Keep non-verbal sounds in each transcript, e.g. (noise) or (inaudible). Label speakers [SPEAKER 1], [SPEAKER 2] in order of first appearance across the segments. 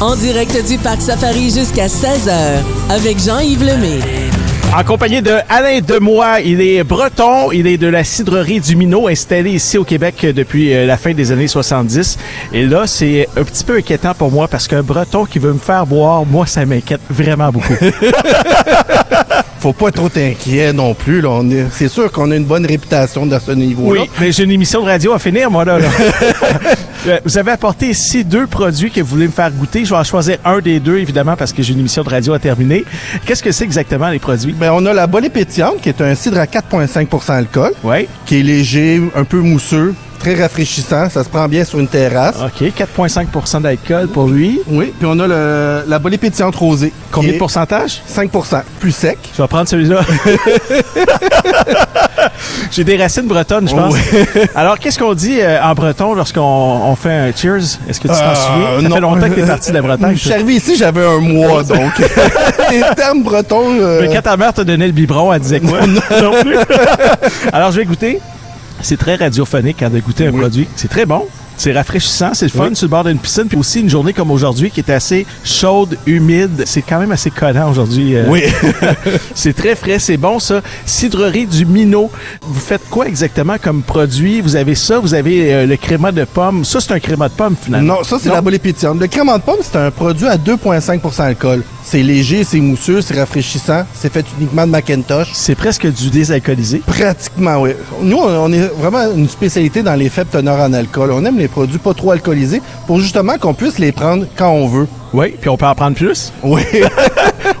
[SPEAKER 1] En direct du Parc Safari jusqu'à 16h avec Jean-Yves Lemay.
[SPEAKER 2] En compagnie de Alain Demois, il est breton, il est de la cidrerie du Minot, installé ici au Québec depuis euh, la fin des années 70. Et là, c'est un petit peu inquiétant pour moi parce qu'un breton qui veut me faire boire, moi, ça m'inquiète vraiment beaucoup.
[SPEAKER 3] Faut pas être trop inquiet non plus. Là. On est- C'est sûr qu'on a une bonne réputation dans ce niveau-là.
[SPEAKER 2] mais j'ai une émission de radio à finir, moi, là. là. Euh, vous avez apporté ici deux produits que vous voulez me faire goûter. Je vais en choisir un des deux, évidemment, parce que j'ai une émission de radio à terminer. Qu'est-ce que c'est exactement, les produits?
[SPEAKER 3] Ben, on a la bolée pétillante, qui est un cidre à 4,5 alcool,
[SPEAKER 2] Oui.
[SPEAKER 3] qui est léger, un peu mousseux, très rafraîchissant. Ça se prend bien sur une terrasse.
[SPEAKER 2] OK, 4,5 d'alcool pour lui.
[SPEAKER 3] Oui, puis on a le- la bolée pétillante rosée.
[SPEAKER 2] Combien
[SPEAKER 3] qui
[SPEAKER 2] de
[SPEAKER 3] est
[SPEAKER 2] pourcentage?
[SPEAKER 3] 5 plus sec.
[SPEAKER 2] Je vais prendre celui-là. (laughs) J'ai des racines bretonnes, je pense.
[SPEAKER 3] Oh
[SPEAKER 2] (laughs) Alors, qu'est-ce qu'on dit euh, en breton lorsqu'on on fait un cheers? Est-ce que tu t'en
[SPEAKER 3] Euh,
[SPEAKER 2] souviens? Ça
[SPEAKER 3] non.
[SPEAKER 2] fait longtemps que t'es parti de la
[SPEAKER 3] (laughs)
[SPEAKER 2] Bretagne.
[SPEAKER 3] Ben, Je suis
[SPEAKER 2] toi.
[SPEAKER 3] arrivé ici, j'avais un mois, donc. (laughs) Les termes bretons. euh,
[SPEAKER 2] Mais quand ta mère t'a donné le biberon, elle disait quoi? (laughs) Non plus. Alors, je vais goûter. C'est très radiophonique quand de goûter un produit. C'est très bon. C'est rafraîchissant, c'est le fun
[SPEAKER 3] Oui.
[SPEAKER 2] sur le bord d'une piscine. Puis aussi une journée comme aujourd'hui qui est assez chaude, humide. C'est quand même assez collant aujourd'hui. euh,
[SPEAKER 3] Oui.
[SPEAKER 2] (laughs)
[SPEAKER 3] (laughs)
[SPEAKER 2] C'est très frais, c'est bon ça. Cidrerie du Minot. Vous faites quoi exactement comme produit? Vous avez ça, vous avez euh, le créma de pomme. Ça, c'est un créma de pomme finalement.
[SPEAKER 3] Non, ça, c'est la bolée pétillante. Le crément de pomme, c'est un produit à 2,5 alcool. C'est léger, c'est mousseux, c'est rafraîchissant. C'est fait uniquement de Macintosh.
[SPEAKER 2] C'est presque du désalcoolisé.
[SPEAKER 3] Pratiquement, oui. Nous, on on est vraiment une spécialité dans les faibles teneurs en alcool. On aime les produits pas trop alcoolisés pour justement qu'on puisse les prendre quand on veut.
[SPEAKER 2] Oui, puis on peut en prendre plus.
[SPEAKER 3] Oui.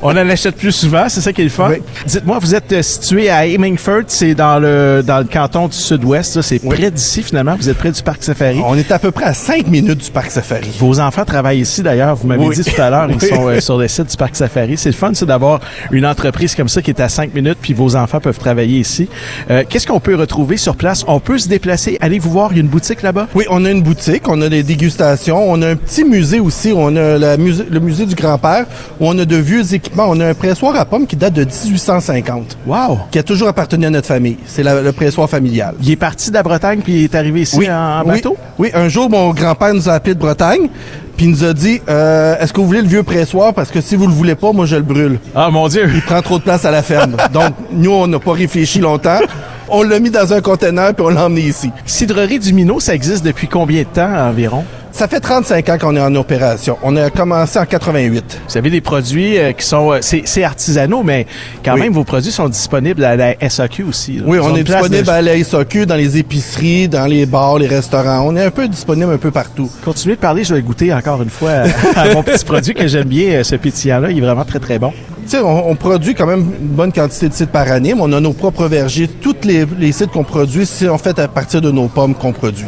[SPEAKER 2] On en achète plus souvent, c'est ça qui est le fun.
[SPEAKER 3] Oui.
[SPEAKER 2] Dites-moi, vous êtes euh, situé à Hemingford, c'est dans le dans le canton du Sud-Ouest, là, c'est près d'ici finalement, vous êtes près du parc Safari.
[SPEAKER 3] (laughs) on est à peu près à 5 minutes du parc safari.
[SPEAKER 2] Vos enfants travaillent ici d'ailleurs, vous m'avez
[SPEAKER 3] Oui.
[SPEAKER 2] dit tout à l'heure, ils
[SPEAKER 3] Oui.
[SPEAKER 2] sont euh, sur le site du parc Safari. C'est le fun ça d'avoir une entreprise comme ça qui est à 5 minutes puis vos enfants peuvent travailler ici. Euh, qu'est-ce qu'on peut retrouver sur place On peut se déplacer, allez vous voir, il y a une boutique là-bas.
[SPEAKER 3] Oui, on a une boutique, on a des dégustations, on a un petit musée aussi, on a la musée- le musée du grand-père où on a de vieux équipements. On a un pressoir à pommes qui date de 1850.
[SPEAKER 2] Wow.
[SPEAKER 3] qui a toujours appartenu à notre famille. C'est la- le pressoir familial.
[SPEAKER 2] Il est parti de la Bretagne puis il est arrivé ici en, en
[SPEAKER 3] oui,
[SPEAKER 2] bateau
[SPEAKER 3] oui, un jour, mon grand-père nous a appelés de Bretagne, puis il nous a dit euh, Est-ce que vous voulez le vieux pressoir Parce que si vous le voulez pas, moi, je le brûle.
[SPEAKER 2] Ah mon dieu.
[SPEAKER 3] Il prend trop de place à la (laughs) ferme. Donc, nous, on n'a pas réfléchi longtemps. On l'a mis dans un conteneur, puis on l'a emmené ici.
[SPEAKER 2] Cidrerie du Minot, ça existe depuis combien de temps environ
[SPEAKER 3] Ça fait 35 ans qu'on est en opération. On a commencé en 88.
[SPEAKER 2] Vous avez des produits euh, qui sont... euh, c'est c'est artisanaux, mais quand
[SPEAKER 3] Oui.
[SPEAKER 2] même, vos produits sont disponibles à la SAQ aussi. là.
[SPEAKER 3] Oui,
[SPEAKER 2] Ils ont
[SPEAKER 3] on est
[SPEAKER 2] une place de-
[SPEAKER 3] disponible à la SAQ, dans les épiceries, dans les bars, les restaurants. On est un peu disponible un peu partout.
[SPEAKER 2] Continuez de parler, je vais goûter encore une fois euh, à, à mon petit produit que j'aime bien, euh, ce pétillant-là. Il est vraiment très, très bon.
[SPEAKER 3] Tu sais, on, on produit quand même une bonne quantité de sites par année, mais on a nos propres vergers. Toutes les, les sites qu'on produit, c'est en fait à partir de nos pommes qu'on produit.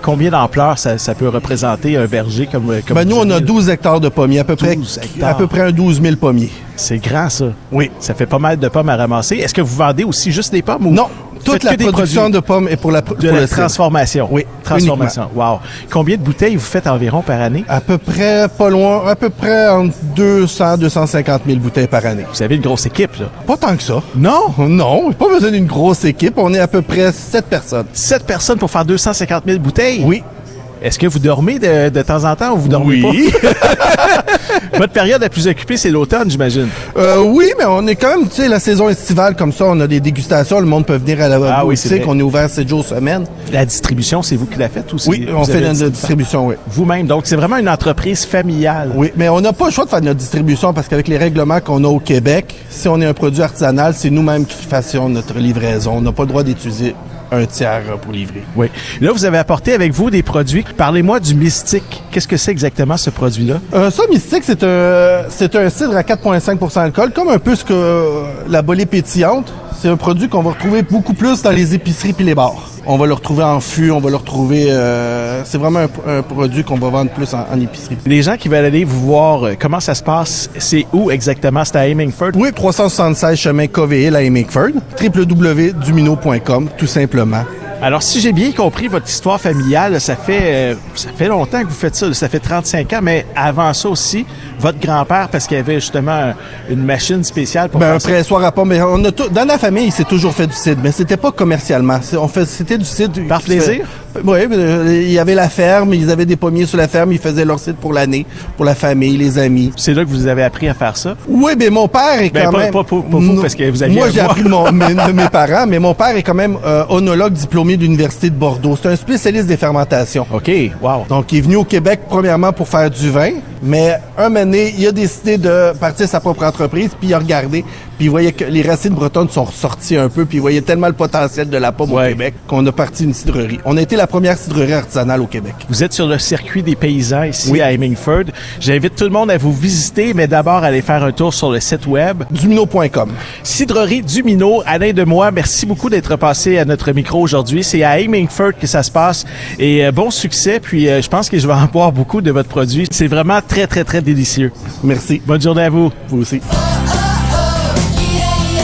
[SPEAKER 2] Combien d'ampleur ça, ça peut représenter un verger comme, euh, comme
[SPEAKER 3] Ben, nous,
[SPEAKER 2] vous
[SPEAKER 3] on a
[SPEAKER 2] avez, là?
[SPEAKER 3] 12 hectares de pommiers, à peu près,
[SPEAKER 2] 12 hectares.
[SPEAKER 3] à peu près un 12 000 pommiers.
[SPEAKER 2] C'est grand, ça.
[SPEAKER 3] Oui.
[SPEAKER 2] Ça fait pas mal de pommes à ramasser. Est-ce que vous vendez aussi juste des pommes ou
[SPEAKER 3] Non,
[SPEAKER 2] vous faites
[SPEAKER 3] toute
[SPEAKER 2] que
[SPEAKER 3] la
[SPEAKER 2] des
[SPEAKER 3] production
[SPEAKER 2] produits
[SPEAKER 3] de pommes est pour la, pr-
[SPEAKER 2] de
[SPEAKER 3] pour
[SPEAKER 2] la
[SPEAKER 3] le cidre.
[SPEAKER 2] transformation?
[SPEAKER 3] Oui,
[SPEAKER 2] Transformation. Wow. Combien de bouteilles vous faites environ par année?
[SPEAKER 3] À peu près, pas loin, à peu près entre 200 250 000 bouteilles par année.
[SPEAKER 2] Vous avez une grosse équipe, là.
[SPEAKER 3] Pas tant que ça.
[SPEAKER 2] Non!
[SPEAKER 3] Non, pas besoin d'une grosse équipe. On est à peu près 7 personnes.
[SPEAKER 2] 7 personnes pour faire 250 000 bouteilles?
[SPEAKER 3] Oui.
[SPEAKER 2] Est-ce que vous dormez de, de temps en temps ou vous dormez
[SPEAKER 3] Oui.
[SPEAKER 2] pas? (laughs) Votre période la plus occupée, c'est l'automne, j'imagine.
[SPEAKER 3] Euh, oui, mais on est quand même, tu sais, la saison estivale comme ça, on a des dégustations, le monde peut venir à la
[SPEAKER 2] Ah oui, c'est
[SPEAKER 3] boutique,
[SPEAKER 2] vrai.
[SPEAKER 3] on est ouvert 7 jours semaine.
[SPEAKER 2] La distribution, c'est vous qui la faites ou c'est-
[SPEAKER 3] Oui,
[SPEAKER 2] vous
[SPEAKER 3] on fait
[SPEAKER 2] avez un distributeur?
[SPEAKER 3] notre distribution, oui.
[SPEAKER 2] Vous-même. Donc, c'est vraiment une entreprise familiale.
[SPEAKER 3] Oui, mais on n'a pas le choix de faire notre distribution parce qu'avec les règlements qu'on a au Québec, si on est un produit artisanal, c'est nous-mêmes qui fassions notre livraison. On n'a pas le droit d'utiliser un tiers euh, pour livrer.
[SPEAKER 2] Oui. Là, vous avez apporté avec vous des produits. Parlez-moi du mystique. Qu'est-ce que c'est exactement ce produit-là?
[SPEAKER 3] Un Euh, ça mystique, c'est un, c'est un cidre à 4,5 d'alcool, comme un peu ce que euh, la bolée pétillante. C'est un produit qu'on va retrouver beaucoup plus dans les épiceries puis les bars. On va le retrouver en fût, on va le retrouver. euh, c'est vraiment un, un produit qu'on va vendre plus en, en épicerie.
[SPEAKER 2] Les gens qui veulent aller vous voir, euh, comment ça se passe? C'est où exactement? C'est à Hemingford?
[SPEAKER 3] Oui, 376 chemin Covéil à Hemingford, www.dumino.com, tout simplement.
[SPEAKER 2] Alors, si j'ai bien compris votre histoire familiale, ça fait euh, ça fait longtemps que vous faites ça, ça fait 35 ans, mais avant ça aussi, votre grand-père, parce qu'il avait justement un- une machine spéciale pour
[SPEAKER 3] Ben, un
[SPEAKER 2] faire ça.
[SPEAKER 3] pressoir à pommes. mais On a tout- dans la famille, il s'est toujours fait du cidre, mais c'était pas commercialement. C'est- On fait, c'était du cidre.
[SPEAKER 2] Par
[SPEAKER 3] qui se fait-
[SPEAKER 2] plaisir?
[SPEAKER 3] Oui, euh, il y avait la ferme, ils avaient des pommiers sur la ferme, ils faisaient leur site pour l'année, pour la famille, les amis.
[SPEAKER 2] C'est là que vous avez appris à faire ça.
[SPEAKER 3] Oui, mais mon père est
[SPEAKER 2] Ben,
[SPEAKER 3] quand
[SPEAKER 2] pas-
[SPEAKER 3] même...
[SPEAKER 2] pas pour- pour vous,
[SPEAKER 3] Non.
[SPEAKER 2] parce que vous aviez
[SPEAKER 3] Moi,
[SPEAKER 2] un
[SPEAKER 3] j'ai
[SPEAKER 2] mois.
[SPEAKER 3] appris
[SPEAKER 2] (laughs)
[SPEAKER 3] de, mon- mes- de mes parents, mais mon père est quand même euh, onologue diplômé de l'Université de Bordeaux. C'est un spécialiste des fermentations.
[SPEAKER 2] OK, wow.
[SPEAKER 3] Donc, il est venu au Québec premièrement pour faire du vin, mais un moment donné, il a décidé de partir sa propre entreprise, puis il a regardé, puis il voyait que les racines bretonnes sont ressorties un peu, puis il voyait tellement le potentiel de la pomme
[SPEAKER 2] Ouais.
[SPEAKER 3] au Québec qu'on a parti une cidrerie. On a été la première cidrerie artisanale au Québec.
[SPEAKER 2] Vous êtes sur le circuit des paysans ici à Hemingford. J'invite tout le monde à vous visiter, mais d'abord à aller faire un tour sur le site web.
[SPEAKER 3] Dumino.com.
[SPEAKER 2] Cidrerie Dumino, Alain de moi, merci beaucoup d'être passé à notre micro aujourd'hui. C'est à Hemingford que ça se passe et euh, bon succès. Puis euh, je pense que je vais en boire beaucoup de votre produit. C'est vraiment très très très délicieux.
[SPEAKER 3] Merci.
[SPEAKER 2] Bonne journée à vous.
[SPEAKER 3] Vous aussi.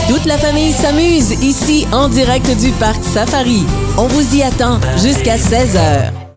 [SPEAKER 1] Toute la famille s'amuse ici en direct du parc Safari. On vous y attend jusqu'à 16h.